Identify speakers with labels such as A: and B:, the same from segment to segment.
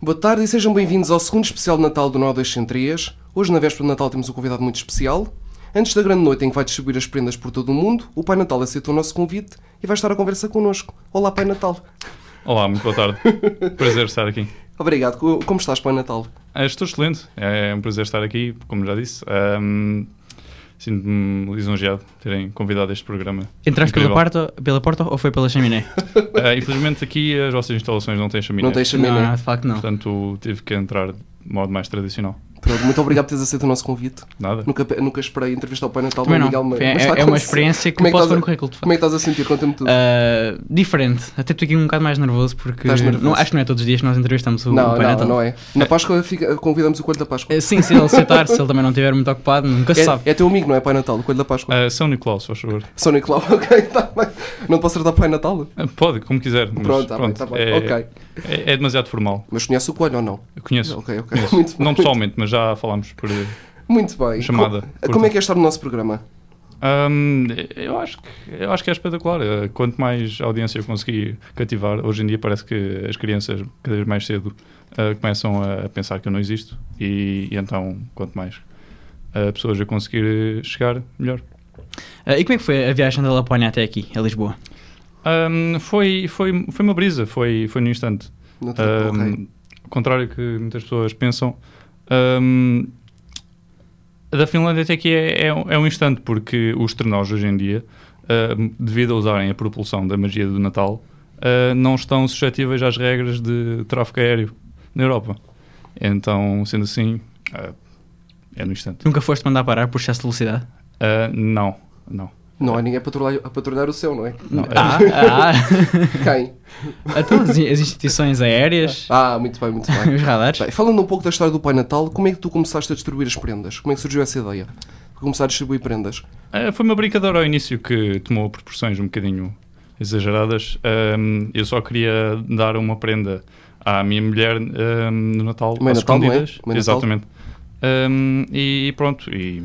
A: Boa tarde e sejam bem-vindos ao segundo especial de Natal do Nó 203. Hoje, na véspera de Natal, temos um convidado muito especial. Antes da grande noite em que vai distribuir as prendas por todo o mundo, o Pai Natal aceitou o nosso convite e vai estar a conversa connosco. Olá, Pai Natal.
B: Olá, muito boa tarde. prazer estar aqui.
A: Obrigado. Co- Como estás, Pai Natal?
B: Ah, estou excelente. É um prazer estar aqui, como já disse. Ahm, Sinto-me lisonjeado de terem convidado este programa.
C: Entraste pela
B: Incrível.
C: porta, pela porta ou foi pela chaminé?
B: Ah, infelizmente aqui as vossas instalações não têm chaminé.
A: Não tens chaminé.
C: Não, de facto não.
B: Portanto, tive que entrar de modo mais tradicional.
A: Pronto, muito obrigado por teres aceito o nosso convite.
B: Nada.
A: Nunca, pe- nunca esperei entrevistar o Pai Natal
C: Também
A: do Miguel
C: não.
A: Ma-
C: Foi- é-
A: mas está a
C: é uma
A: acontecer.
C: experiência que
A: Como é
C: posso
A: estás
C: pôr
A: a-
C: no currículo, de facto.
A: Como é que estás a sentir? Conta-me tudo.
C: Ah, diferente. Até estou aqui um bocado mais nervoso porque
A: Estás nervoso?
C: não- acho que não é todos os dias que nós entrevistamos o
A: não,
C: Pai
A: não,
C: Natal.
A: não é. Na Páscoa fica- convidamos o Coelho da Páscoa.
C: Eh, Sim, se ele aceitar, se ele também não estiver muito ocupado, nunca se sabe.
A: É, é teu amigo, não é, Pai Natal? O Coelho da Páscoa.
B: Ah, São Nicolau, se faz favor.
A: São Nicolau, ok, tá bem. Não posso tratar Pai Natal?
B: Ah, Pode, como quiser. mas
A: Pronto, tá bem, tá bem.
B: é,
A: Ok.
B: é- é demasiado formal.
A: Mas conhece o Coelho ou não?
B: Eu conheço.
A: Ok, ok.
B: conheço.
A: Muito bem.
B: não pessoalmente, mas já falámos por.
A: Muito bem.
B: Chamada.
A: Co- Como é que é estar no nosso programa?
B: Hum, eu, acho que, eu acho que é espetacular. Eh, Quanto mais audiência eu conseguir cativar, hoje em dia parece que as crianças, cada vez mais cedo, eh, começam a pensar que eu não existo. E, e então, quanto mais eh, pessoas eu conseguir chegar, melhor.
C: Ah, e como é que foi a viagem da Lapónia até aqui, a Lisboa?
B: Hum, foi, foi, foi uma brisa, foi, foi no instante.
A: Não te-
B: Hum,
A: ok.
B: Ao contrário que muitas pessoas pensam, hum, a da Finlândia até que é, é, um- é um instante, porque os trenós hoje em dia, hum, devido a usarem a propulsão da magia do Natal, hum, não estão suscetíveis às regras de tráfego aéreo na Europa. Então, sendo assim, hum, é no instante.
C: Nunca foste mandar parar por excesso de velocidade?
B: Hum, não, não.
A: Não há ninguém a patrulhar, a patrulhar o céu, não é?
B: Não,
C: ah, ah,
A: Quem?
C: então as, as instituições aéreas,
A: Ah, muito bem, muito bem.
C: os radares.
A: Bem, Falando um pouco da história do Pai Natal, como é que tu começaste a distribuir as prendas? Como é que surgiu essa ideia? De começar a distribuir prendas?
B: Ah, foi uma brincadeira ao início que tomou proporções um bocadinho exageradas. Ahm, eu só queria dar uma prenda à minha mulher ahm, no Natal,
A: Mãe
B: às
A: Natal, não é?
B: escondidas.
A: Mãe Natal.
B: Exatamente. Ahm, e pronto, e,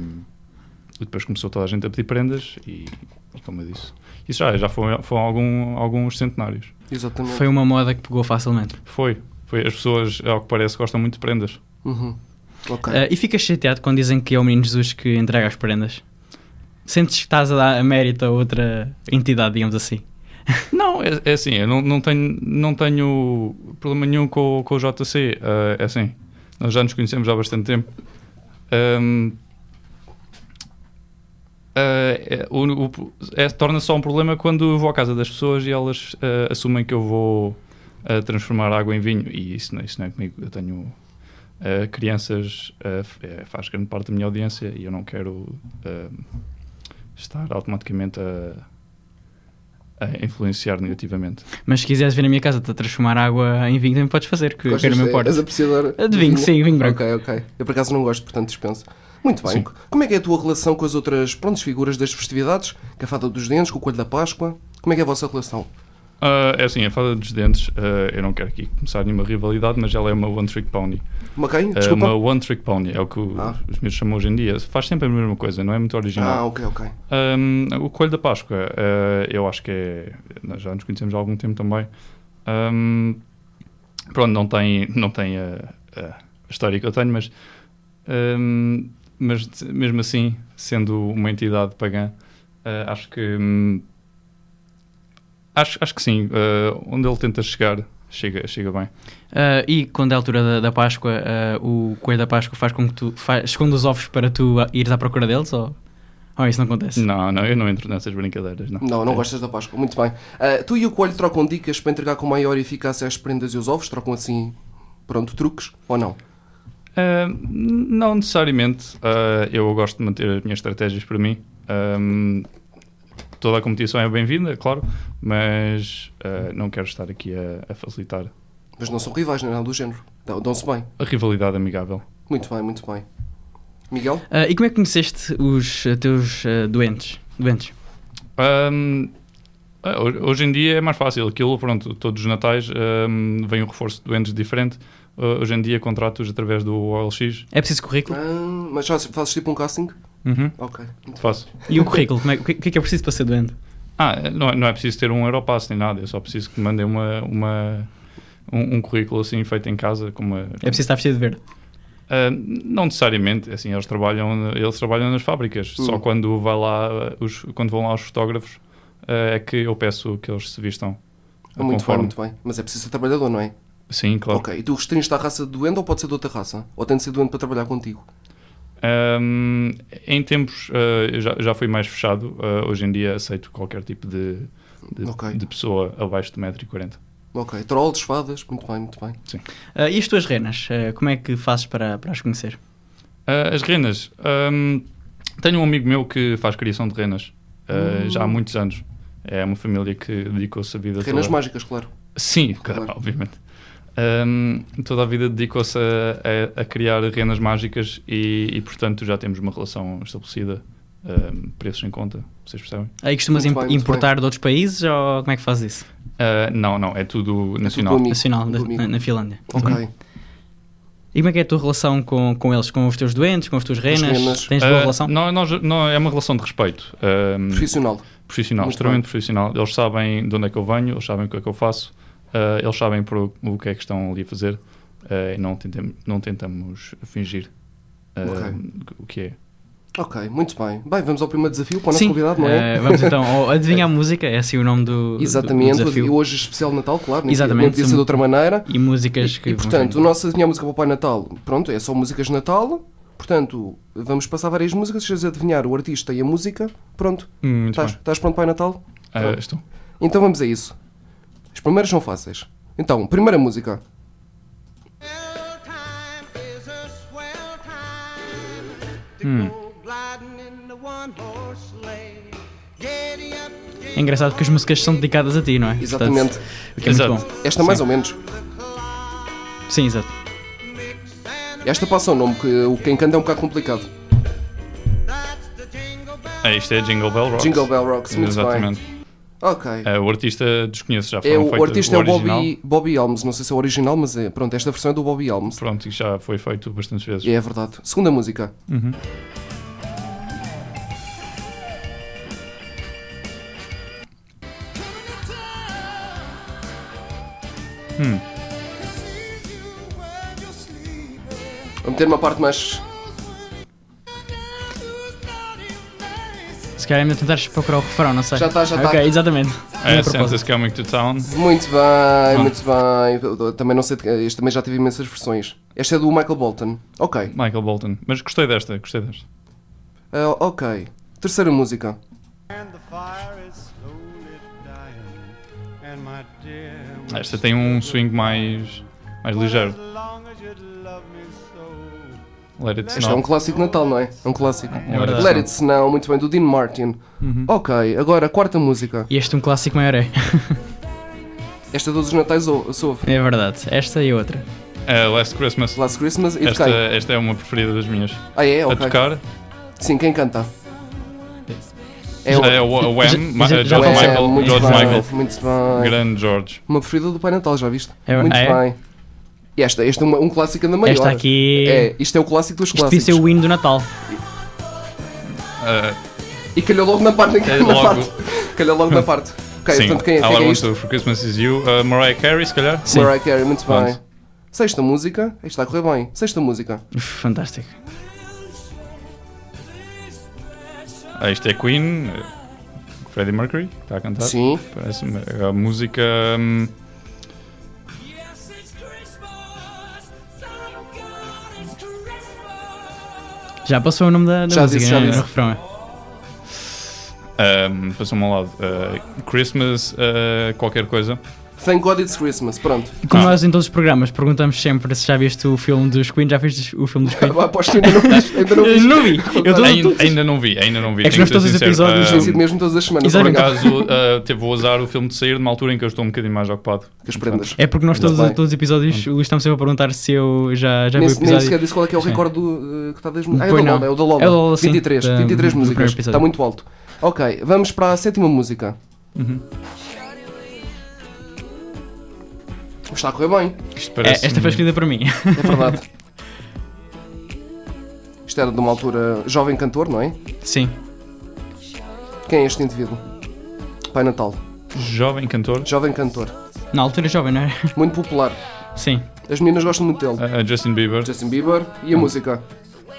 B: e depois começou toda a gente a pedir prendas e, e como eu disse, isso já, já foi, foram algum- alguns centenários.
A: Exatamente.
C: Foi uma moda que pegou facilmente.
B: Foi, foi. As pessoas, ao que parece, gostam muito de prendas.
A: Uhum. Ok.
B: É,
C: Ah, e ficas chateado quando dizem que é o menino Jesus que entrega as prendas? Sentes que estás a dar a mérito a outra entidade, digamos assim?
B: Não, é, é assim, eu não, não, tenho, não tenho problema nenhum com, o- com o JC. ah, é assim, nós já nos conhecemos há bastante tempo. Ehm, Ahm, ah, é, o- o- é- Torna-se só um problema quando eu vou à casa das pessoas e elas ah, assumem que eu vou ah, transformar água em vinho. E isso, não- isso não é comigo. Eu tenho ah, crianças, ah, f- é, faz grande parte da minha audiência e eu não quero ahm, estar automaticamente a a influenciar negativamente.
C: Mas se quiseres vir à minha casa te transformar água em vinho, também podes fazer, que eu
A: Gostas
C: quero o meu
A: de-
C: porte.
A: És apreciadora?
C: De vinho, sim, vinho branco.
A: Ok, ok. Eu por acaso não gosto, portanto dispenso. Muito bem.
B: Sim.
A: Como é que é a tua relação com as outras prontas figuras das festividades? Com a fada dos dentes, com o coelho da Páscoa? Como é que é a vossa relação?
B: Ah, é assim, a fada dos dentes, ah, eu não quero aqui começar nenhuma rivalidade, mas ela é uma one trick pony.
A: Uma quem?
B: Ah,
A: Desculpa.
B: uma one trick pony, é o que o-
A: Ah.
B: os meus chamam hoje em dia. Faz sempre a mesma coisa, não é muito
A: Ah,
B: original.
A: ok, ok.
B: Ah, o Coelho da Páscoa, ah, eu acho que é. nós já nos conhecemos há algum tempo também. Ah, pronto, não tem, não tem a, a história que eu tenho, mas. ah, mas t- mesmo assim, sendo uma entidade pagã, ah, acho que hum, acho, acho que sim. ah, onde ele tenta chegar, chega, chega bem.
C: Ah, e quando é a altura da, da Páscoa, ah, o coelho da Páscoa faz com que tu fa- esconda os ovos para tu ah, ires à procura deles? Ou, ou isso não acontece?
B: Não, não, eu não entro nessas brincadeiras. Não,
A: Não, não
B: É.
A: gostas da Páscoa. Muito bem. Ah, tu e o coelho trocam dicas para entregar com maior eficácia as prendas e os ovos? Trocam assim, pronto, truques? Ou não?
B: Ah, não necessariamente. Ah, eu gosto de manter as minhas estratégias para mim. Ahm, toda a competição é bem-vinda, claro, mas ah, não quero estar aqui a, a facilitar
A: Mas não são rivais, nem nada do género. Dão- Dão-se bem.
B: a rivalidade amigável.
A: Muito bem, muito bem. Miguel?
C: Ah, e como é que conheceste os ah, teus ah, doentes? Doentes.
B: Ahm, ah, ho- hoje em dia é mais fácil. Aquilo, pronto, todos os natais ahm, vem um reforço de doentes diferente. Ah, hoje em dia contratos através do OLX.
C: É preciso currículo?
A: Ah, mas fazes, fazes tipo um casting?
B: Uhum.
A: Ok. Muito
B: Faço.
C: E o currículo? Como é- o que, o que é que é preciso para ser doente?
B: é Ah, não é, não é preciso ter um Europass nem nada, eu só preciso que me mandem uma, uma, um, um currículo assim feito em casa, como a,
C: É preciso estar vestido de verde.
B: ah, não necessariamente, assim, eles trabalham, eles trabalham nas fábricas, só
A: Hum.
B: quando, vai lá, ah, os, quando vão lá os fotógrafos ah, é que eu peço que eles se vistam. ah,
A: muito bem,
B: conforme.
A: muito bem. Mas é preciso ser trabalhador, não é?
B: Sim, claro.
A: Ok. E tu restringes da raça de doente ou pode ser de outra raça? Ou tem de ser doente para trabalhar contigo?
B: Ahm, em tempos ah, eu já, já fui mais fechado, ah, hoje em dia aceito qualquer tipo de, de,
A: Ok.
B: de pessoa abaixo de 1,40m.
A: Ok. Trolls, fadas, muito bem, muito bem.
C: Ah, e as tuas renas? Ah, como é que fazes para, para as conhecer?
B: Ah, as renas. Ahm, tenho um amigo meu que faz criação de renas ah, já há muitos anos. É uma família que dedicou-se a vida
A: Renas
B: toda.
A: mágicas, claro.
B: Sim,
A: Claro.
B: claro, obviamente. Ahm, toda a vida dedicou-se a, a- a criar renas mágicas e, e, portanto, já temos uma relação estabelecida. ahm, preços em conta, vocês percebem?
C: Aí costumas
A: Muito
C: imp-
A: bem, muito
C: importar de outros países ou como é que fazes isso?
B: Ah, não, não, é tudo nacional.
A: comigo. Amigo,
C: Nacional, da-
A: amigo.
C: na, na Finlândia. Uhum.
A: Ok.
C: E como é que é a tua relação com, com eles? Com os teus doentes, com as tuas renas?
A: renas.
C: Tens boa
B: Ah,
C: relação?
B: não, nós- não, é uma relação de respeito. Ahm,
A: Profissional.
B: profissional,
A: Muito
B: extremamente profissional. Eles sabem de onde é que eu venho, eles sabem o que é que eu faço, eh, eles sabem pro- o que é que estão ali a fazer eh, e não, tentem- não tentamos fingir eh,
A: Ok.
B: o que é.
A: Ok, muito bem. Bem, vamos ao primeiro desafio para o nosso
C: Sim.
A: convidado, não é?
C: Ah, vamos então ao adivinha a música, é assim o nome do, do-
A: Exatamente.
C: do
A: e
C: desafio.
A: hoje é especial de Natal, claro. nem-
C: Exatamente.
A: Nem podia ser de outra maneira.
C: E músicas que.
A: E,
C: vão
A: portanto,
C: sendo-
A: o nosso Adivinhar Música para o Pai Natal, pronto, é só músicas de Natal. Portanto, vamos passar várias músicas, vocês adivinhar o artista e a música. Pronto,
B: Hum, Muito
A: estás,
B: bem.
A: estás pronto, Pai Natal?
B: Eh,
A: pronto.
B: estou.
A: Então vamos a isso. As primeiras são fáceis. Então, primeira música.
D: Swell time is a swell time to
B: Hmm.
D: go gliding in the one horse sleigh. Giddy up,
C: É engraçado porque as músicas são dedicadas a ti, não é?
A: Exatamente.
C: Portanto, o que é muito
B: Exato.
C: bom.
A: Esta mais ou menos.
C: Sim, exato.
A: Esta passa o nome, que o quem canta é um bocado complicado.
D: that's the jingle bell.
B: Eh, isto é Jingle Bell Rocks.
A: Jingle Bell Rocks, muito
B: Exatamente.
A: bem. Ok.
B: Eh, o artista desconheço, já
A: É,
B: foram
A: o, o
B: feitos
A: artista é o
B: original.
A: Bobby, Bobby Almes, não sei se é o original, mas é, pronto, esta versão é do Bobby Almes.
B: Pronto, e já foi feito bastantes vezes. Eh,
A: É verdade. Segunda música. Vou meter uma parte mais.
C: Se calhar ainda tentares procurar o refrão, não sei.
A: Já tá, já tá.
C: Ok, exatamente. Não
B: Eh,
C: é propósito.
B: Santa's Coming to Town.
A: Muito bem, muito bem. Eu- eu Também não sei, de- este também já tive imensas versões. Esta é do Michael Bolton. Ok,
B: Michael Bolton. Mas gostei desta, gostei desta.
A: Ah, ok. Terceira música.
E: And the fire is slowly dying. And my dear, we're
B: Esta tem um swing mais, mais
E: still
B: ligeiro.
E: as long as you'd love me so.
B: Let it
A: Este é um
B: snow.
A: clássico de Natal, não é? É um clássico.
B: verdade.
A: Let It Snow, muito bem, do Dean Martin. Ok, agora a quarta música.
C: E este é um clássico maior é.
A: Esta todos os natais ou- soube.
C: É verdade. Esta e outra.
B: Eh, Last Christmas.
A: Last Christmas e de
B: Esta,
A: quem?
B: esta é uma preferida das minhas.
A: Ah, é?
B: A
A: Ok.
B: tocar
A: Sim, quem canta? É
B: É
A: o
B: o o Wham, Ma-
C: já-
B: eh,
C: já
B: George
C: foi.
B: Michael,
A: é. muito
B: George
A: bem,
B: Michael,
A: Muito bem.
B: grande George.
A: Uma preferida do Pai Natal, já viste?
C: É-
A: muito
C: é?
A: bem. E esta, este é uma- um clássico da maior.
C: Esta aqui.
A: É, isto é o clássico dos
C: Isto devia
A: clássicos.
C: ser o hino do Natal.
B: Eh,
A: E calhou logo na parte.
B: É
A: na
B: logo.
A: parte. Calhou logo na
C: Hum.
A: parte. Ok,
B: sim,
A: portanto, quem é,
B: All
A: quem é
B: I Want
A: isto?
B: to For Christmas Is You, eh, Mariah Carey, se calhar.
C: Sim.
A: Mariah Carey, muito bem.
B: Pronto.
A: Sexta música, isto está a correr bem. Sexta música.
C: Uf, Fantástico.
B: Ah, isto é Queen, eh, Freddie Mercury, que está a cantar.
A: Sim.
B: Parece-me eh, a música. hum,
F: Yes, it's Christmas. Thank God it's Christmas.
C: Já passou o nome da, da
A: Já
C: música,
A: disse, já
C: né?
A: disse.
C: no refrão. é.
B: hum, Passou-me ao lado. eh, Christmas, eh, qualquer coisa.
A: Thank God It's Christmas, pronto.
C: E Como
B: Ah.
C: nós em todos os programas perguntamos sempre se já viste o filme dos Queen, já viste o filme dos Queen?
A: Aposto que ainda não fiz. Ainda não
C: Eu
A: fiz.
C: não vi. Eu tô-
B: Ainda, ainda não vi, ainda não vi.
C: É que
B: tenho
C: nós todos os
B: ser sincero.
C: episódios-
B: Ah,
A: Tem sido mesmo todas as semanas.
B: por
C: Exatamente.
A: obrigado.
B: acaso, ah, teve o azar o filme de sair numa altura em que eu estou um bocadinho mais ocupado.
A: Que as prendas.
C: É porque nós todos,
A: Muito bem.
C: todos os episódios o Luís está-me sempre a perguntar se eu já, já
A: Nem,
C: vi o
A: nem sequer
C: episódio.
A: disse qual é que é o
C: Sim.
A: recorde do, eh, que está das músicas. Ah, é o
C: Pois
A: da
C: não.
A: Lola, é o da Lola.
C: É o da Lola, sim,
A: 23,
C: da-
A: 23
C: do
A: músicas.
C: primeiro episódio.
A: Está muito alto. Ok, vamos para a sétima música.
C: Uhum.
A: Está a correr bem,
B: Isto
C: É,
B: parece.
C: esta foi escrita para mim.
A: é verdade. Isto era de uma altura jovem cantor, não é?
C: Sim.
A: Quem é este indivíduo? Pai Natal.
B: um Jovem cantor.
A: Jovem cantor.
C: Na altura jovem, não é?
A: Muito popular.
C: Sim.
A: As meninas gostam muito dele.
B: Uh, uh, Justin Bieber.
A: Justin Bieber
C: Hum.
A: e a música.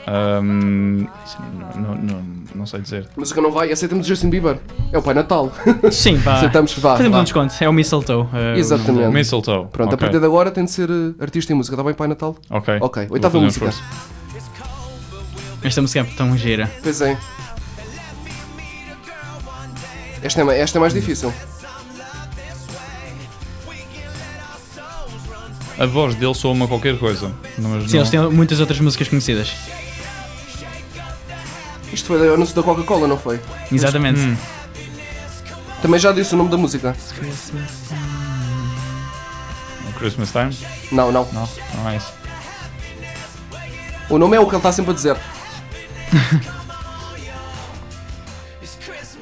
B: Um, sim, não, não, não, não sei dizer.
A: A música não vai, aceitamos Justin Bieber. É o Pai Natal.
C: Sim, vá.
A: aceitamos, vá.
C: Fazemos
A: vá.
C: um desconto. É o Mistletoe. eh,
A: Exatamente.
B: Mistletoe.
A: Pronto, a
B: Ok.
A: partir de agora tem de ser eh, artista e música, está bem, Pai Natal?
B: Ok.
A: Ok,
B: Vou
A: oitava
B: fazer um
A: música.
B: esforço.
C: Esta música é tão gira.
A: Pois é. Esta é, ma- esta é mais difícil.
B: A voz dele soa-me a qualquer coisa. Mas
C: Sim,
B: não...
C: eles têm muitas outras músicas conhecidas.
A: Isto foi o anúncio da Coca-Cola, não foi?
C: Exatamente.
B: Hum.
A: Também já disse o nome da música.
B: um Christmas Time?
A: Não, não.
B: Não, não é isso.
A: O nome é o que ele está sempre a dizer.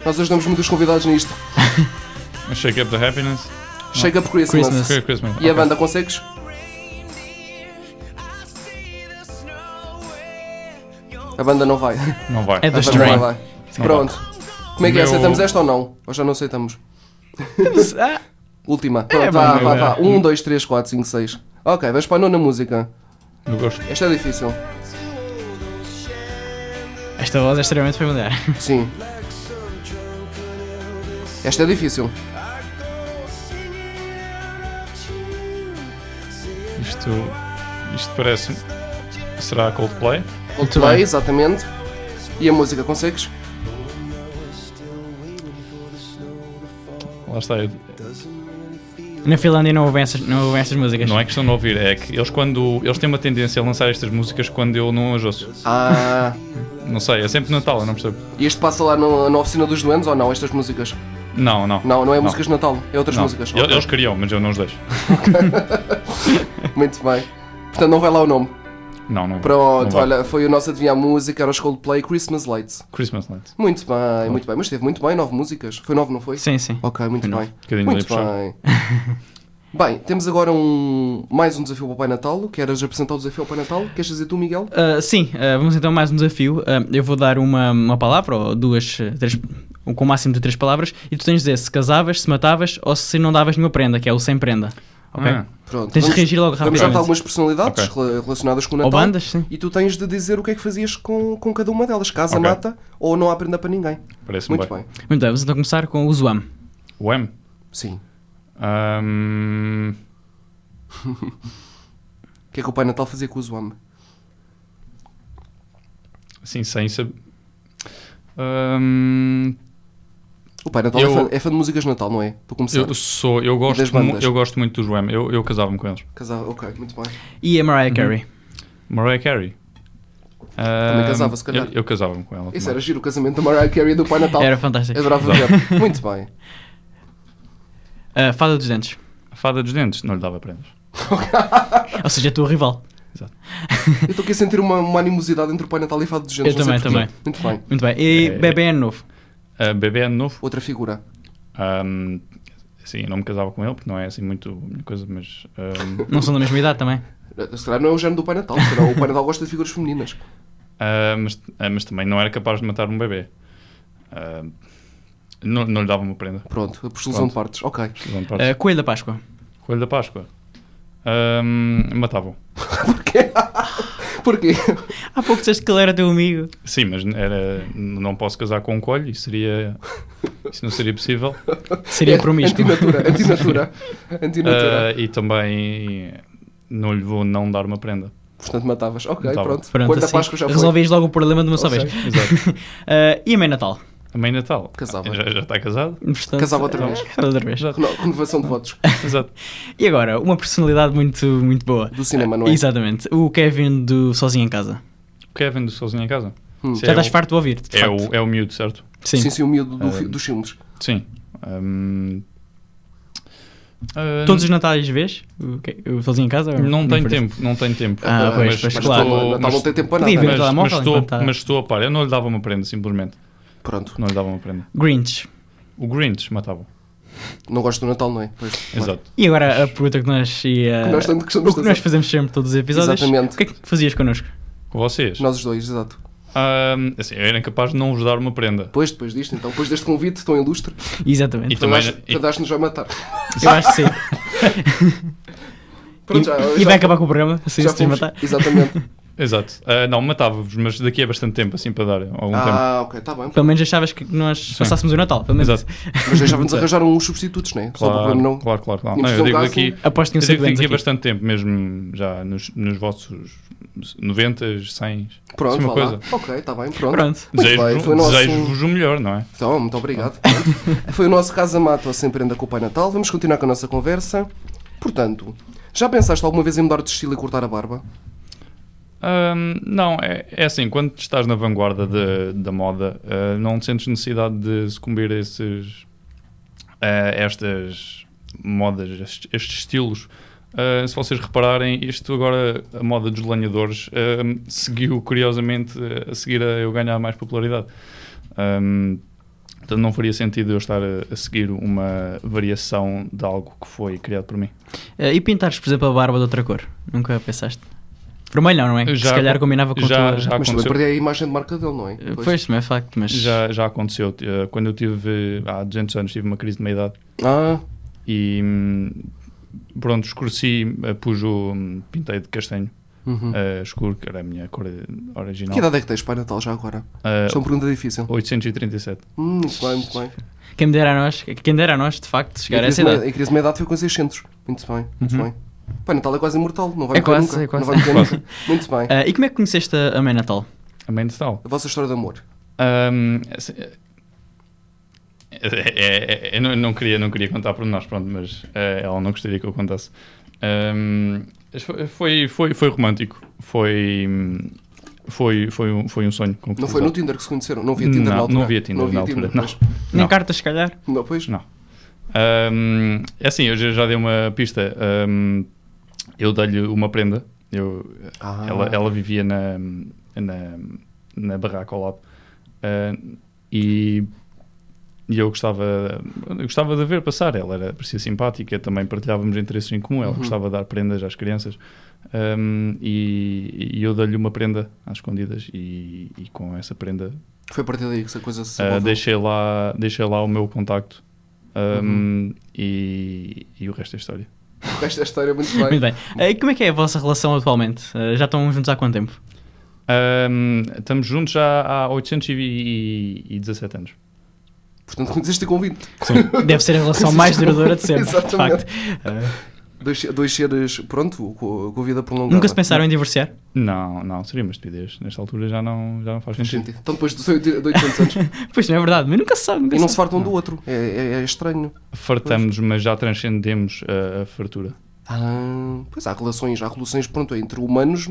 A: Nós ajudamos muito os convidados nisto.
B: Shake Up the Happiness?
A: Shake Up Christmas.
C: Christmas.
B: Ok, Christmas.
A: E a
B: ok.
A: banda, consegues? A banda não vai.
B: Não vai.
C: É da
A: A banda
C: Strain.
A: não vai.
B: Não
A: Pronto. Como é que é?
B: Meu-
A: Aceitamos esta ou não? Ou já não aceitamos?
C: Ah,
A: Última. Pronto, vá,
B: vá,
A: vá,
B: é.
A: vá. 1, 2, 3, 4, 5, 6. Ok, vamos para a nona música.
B: Eu gosto.
A: Esta é difícil.
C: esta voz é extremamente familiar.
A: Sim. Esta é difícil.
B: Isto, isto parece. Será Coldplay?
A: Coldplay, exatamente. E a música, consegues?
B: Lá está. eu-
C: Na Finlândia não ouvem essas, não ouvem essas músicas.
B: Não é questão de ouvir, é que eles quando eles têm uma tendência a lançar estas músicas quando eu não as ouço.
A: Ah.
B: Não sei, é sempre Natal, eu não percebo.
A: E isto passa lá no- na oficina dos duendes ou não? Estas músicas?
B: Não, não.
A: Não, não é músicas de Natal, é outras
B: não.
A: músicas.
B: Eu-
A: Ok,
B: Eles queriam, mas eu não os deixo.
A: Muito bem. Portanto, não vai lá o nome.
B: Não, não. não
A: Pronto,
B: vai.
A: olha, foi o nosso adivinhar música, era os Coldplay Christmas Lights.
B: Christmas Night.
A: Muito bem, muito bem. Mas esteve muito bem, nove músicas. Foi nove, não foi?
C: Sim, sim.
A: Ok, muito
B: Não,
A: bem.
B: um bocadinho
A: muito
B: ali puxado.
A: bem. bem, temos agora um, mais um desafio para o Pai Natal. Queres apresentar o desafio ao Pai Natal? Queres fazer tu, Miguel?
C: Ah, sim, ah, vamos então a mais um desafio. Ah, eu vou dar uma, uma palavra, ou duas, eh, três, um, com o máximo de três palavras, e tu tens de dizer se casavas, se matavas ou se não davas nenhuma prenda, que é o sem prenda. Ok?
B: Ah,
A: Pronto.
C: Tens de
A: vamos-
C: reagir logo
A: Vamos já
C: rapidamente.
A: para algumas personalidades
B: Ok.
A: rela- relacionadas com o
C: Ou
A: Natal.
C: bandas, sim.
A: E tu tens de dizer o que é que fazias com, com cada uma delas. Casa,
B: Ok.
A: mata ou não há prenda para ninguém.
B: Parece-me
A: Muito
B: bem.
A: bem.
C: Muito bem, vamos então começar com o Zuam.
B: Wham.
A: Sim.
B: Ahm,
A: O que é que o Pai Natal fazia com o Zuame?
B: assim, sem saber. Ahm,
A: O Pai Natal é,
B: Eu-
A: fã, é fã de músicas de Natal, não é? Para começar.
B: eu sou. Eu gosto,
A: das bandas?
B: mu- eu gosto muito dos Wham. Eu, eu casava-me com eles.
A: Casava, ok, muito bem.
C: E a
A: Uhum.
C: Mariah Carey.
B: Mariah Carey. Ahm,
A: casava, se calhar.
B: Eu, eu casava-me com ela.
A: Isso
B: também.
A: era giro, o casamento da Mariah Carey e do Pai Natal.
C: Era fantástico.
A: Adorava ver. Muito bem.
C: Ah, Fada dos Dentes.
B: A fada dos dentes não lhe dava prendas.
C: Ou seja, a tua rival.
A: Eu estou aqui a sentir uma, uma animosidade entre o Pai Natal e a Fado dos Gentes.
C: Eu
A: não sei
C: também,
A: porquê. Muito bem.
C: Muito bem. E
B: É.
C: Bebê Ano Novo.
B: Ah, bebê ano novo.
A: Outra figura.
B: Ahm, sim, eu não me casava com ele, porque não é assim muito a minha coisa, mas. ahm,
C: Não são da mesma idade também.
A: Se calhar não é o género do Pai Natal, será o Pai Natal gosta de figuras femininas.
B: ah, mas, ah, mas também não era capaz de matar um bebê. Ahm, não, não lhe dava uma prenda.
A: Pronto, a postulação de partes. Ok.
B: Precisam de partes.
C: Ah, Coelho da Páscoa.
B: É, Coelho da Páscoa. Ahm, matavam.
A: Porquê?
C: Há pouco disseste que ele era teu amigo.
B: Sim, mas era, não posso casar com um coelho, isso seria. Isso não seria possível.
A: É.
C: Seria promíscuo.
A: Antinatura, antinatura.
C: Eh,
A: Antinatura.
B: Ah, e também não lhe vou não dar uma prenda.
A: Portanto, matavas. Ok,
B: Matava.
A: pronto.
C: Pronto,
A: Quando a
C: assim,
A: Páscoa já foi.
C: resolvias logo o problema de uma só
A: Ok.
C: vez.
B: Exato.
C: Ah, e a Mãe Natal.
B: A mãe Natal.
A: Casava.
B: Já, já está casado?
C: Portanto,
A: Casava outra
C: ah,
A: vez.
C: casava outra vez.
B: Exato.
A: Reno- Renovação de votos.
B: Exato.
C: E agora, uma personalidade muito, muito boa.
A: Do cinema, não é?
C: Exatamente. O Kevin do Sozinho em Casa.
B: O Kevin do Sozinho em Casa.
A: Hum.
B: Isso
C: Já
B: é
C: estás
B: o-
C: farto de ouvir, de
B: É
C: facto.
B: o, é o miúdo, certo?
C: Sim. Eh,
A: Sim, sim, o miúdo do fi-
B: Ah.
A: dos filmes.
B: Sim. Ahm, ah,
C: Todos os Natais vês? O, que- o Sozinho em Casa? ou-
B: Não tenho
C: por isso?
B: tempo, não tenho tempo.
C: Ah, pois, pois,
A: Mas
C: claro.
A: estou- Natal não tem tempo para
C: Podia
A: nada.
C: ver.
B: mas,
C: telemóvel
B: mas estou,
C: enquanto tá-
B: mas estou a par. Eu não lhe dava uma prenda, simplesmente.
A: Pronto.
B: Não lhe dava uma prenda.
C: Grinch.
B: O Grinch matava.
A: Não gosto do Natal, não é? Pois, claro.
B: Exato.
C: E agora a pergunta que nós. E, ah,
A: Que nós tanto gostamos
C: o que
A: de
C: nós
A: fazer.
C: fazemos sempre todos os episódios.
A: Exatamente.
C: O que é que fazias connosco?
B: Com vocês.
A: Nós os dois, exato.
B: Ahm, assim, eu era incapaz de não vos dar uma prenda.
A: Depois, depois disto, então, depois deste convite tão ilustre,
C: Exatamente.
B: E também-
A: Tadash nos vai matar.
C: Eu acho que sim.
A: Pronto,
C: e,
A: já-
C: e
A: já-
C: vai acabar com o programa, assim,
A: já
C: se te
A: fomos-
C: matar.
A: Exatamente.
B: Exato. Ah, não, matava-vos, mas daqui a bastante tempo, assim, para dar algum tempo.
A: ah, ok, está bem.
C: Pelo menos achavas que nós passássemos o Natal, pelo menos.
B: Exato.
A: Mas deixavam-nos arranjar uns substitutos, né? Só para
B: Claro,
A: não.
B: claro, claro, claro.
A: Tínhamos
B: Não,
A: que
B: eu digo
A: jogar
B: daqui,
A: assim.
C: Aposto que
B: eu
C: não sei
B: digo
C: doentes
B: daqui a
C: aqui.
B: bastante tempo, mesmo já nos, nos vossos 90, 100.
A: Pronto,
B: é uma
A: vá
B: coisa.
A: lá. Ok, está bem, pronto.
C: Pronto.
A: Muito
B: Desejo-
A: bem, foi o nosso-
B: Desejo-vos o melhor, não é?
A: Então, muito obrigado. Pronto. Foi o nosso Casa Mato a sempre anda com o Pai Natal. Vamos continuar com a nossa conversa. Portanto, já pensaste alguma vez em mudar de estilo e cortar a barba?
B: Ahm, não, é, é assim, quando estás na vanguarda de- da moda, ah, não sentes necessidade de sucumbir a esses, a estas modas, estes, estes estilos. Ah, se vocês repararem, isto agora, a moda dos lenhadores, ahm, seguiu curiosamente a seguir a eu ganhar mais popularidade. Ahm, portanto, não faria sentido eu estar a, a seguir uma variação de algo que foi criado por mim.
C: Eh, e pintares, por exemplo, a barba de outra cor? Nunca pensaste? Vermelho não, não é? Que
B: Já
C: Se calhar
B: acon-
C: combinava com a
B: já-
C: tua...
B: já
A: Mas também
B: aconteceu.
A: perdi a imagem de marca dele, não é?
C: Eh, Pois, não é facto, mas...
B: Já, já aconteceu. eh, Quando eu tive, eh, há 200 anos, tive uma crise de meia-idade
A: Ah,
B: e hum, pronto, escureci, eh, pus o, hum, pintei de castanho
A: uhum.
B: eh, escuro, que era a minha cor eh, original.
A: Que idade é que tens, Pai Natal, já agora?
B: Eh,
A: Isto é uma pergunta difícil.
B: 837.
A: Hum, muito bem, muito bem.
C: Quem me dera a nós, quem dera a nós, de facto, chegar a essa idade.
A: A crise de meia idade foi com 600. Muito bem, muito
B: Uhum.
A: bem. Pai Natal é quase imortal, não vai morrer
C: É quase,
A: nunca.
C: é quase.
A: Não vai morrer nunca. Muito bem.
C: Eh, e como é que conheceste a a Mãe Natal?
B: A mãe de tal.
A: A vossa história de amor.
B: Hum, assim, eh, é- é- é- eu não, não queria, não queria contar por nós, pronto, mas eh, ela não gostaria que eu contasse. Hum, foi- foi, foi, foi romântico. Foi, hum, foi, foi, um, foi um sonho.
A: Não foi no
B: concretizado.
A: Tinder que se conheceram? Não havia Tinder na
B: Não,
A: altura?
B: não havia Tinder na altura, não.
A: pois.
C: Nem
B: Não.
C: cartas, se calhar?
A: Não, pois?
B: Não. Ahm, é assim, eu já, já dei uma pista. Ahm, eu dei-lhe uma prenda. Eu,
A: Ah.
B: ela, ela vivia na, na, na barraca ao lado. Ah, e, e eu gostava, eu gostava de a ver passar. Ela era, parecia simpática, também partilhávamos interesses em comum. Ela gostava de dar prendas às crianças. Ahm, e, e eu dei-lhe uma prenda às escondidas. E, e com essa prenda
A: Foi a partir daí que essa coisa se
B: Uh,
A: desenvolveu.
B: deixei, lá, deixei lá o meu contacto um,
A: Uhum.
B: e, e o resto é história.
A: O resto da história é muito bem.
C: Muito bem. Eh, e como é que é a vossa relação atualmente? Eh, já estão juntos há quanto tempo?
B: Um, estamos juntos já há 817 anos.
A: Portanto, conheceste com 20.
C: Deve ser a relação mais duradoura de sempre, de
A: Exatamente.
C: facto. Eh,
A: Dois, dois seres, pronto, co- com a vida prolongada.
C: nunca se pensaram em divorciar?
B: Não, não, seria uma estupidez. Nesta altura já não, já não faz
A: Faz
B: sentido.
A: sentido. Então, depois de 800 anos.
C: Pois não é verdade, mas nunca se sabe, nunca
A: e
C: se
A: não
C: sabe.
A: se fartam do outro. É, é- é estranho.
B: Fartamos, mas já transcendemos a, a fartura.
A: Ah, pois há relações, há relações, pronto, entre humanos.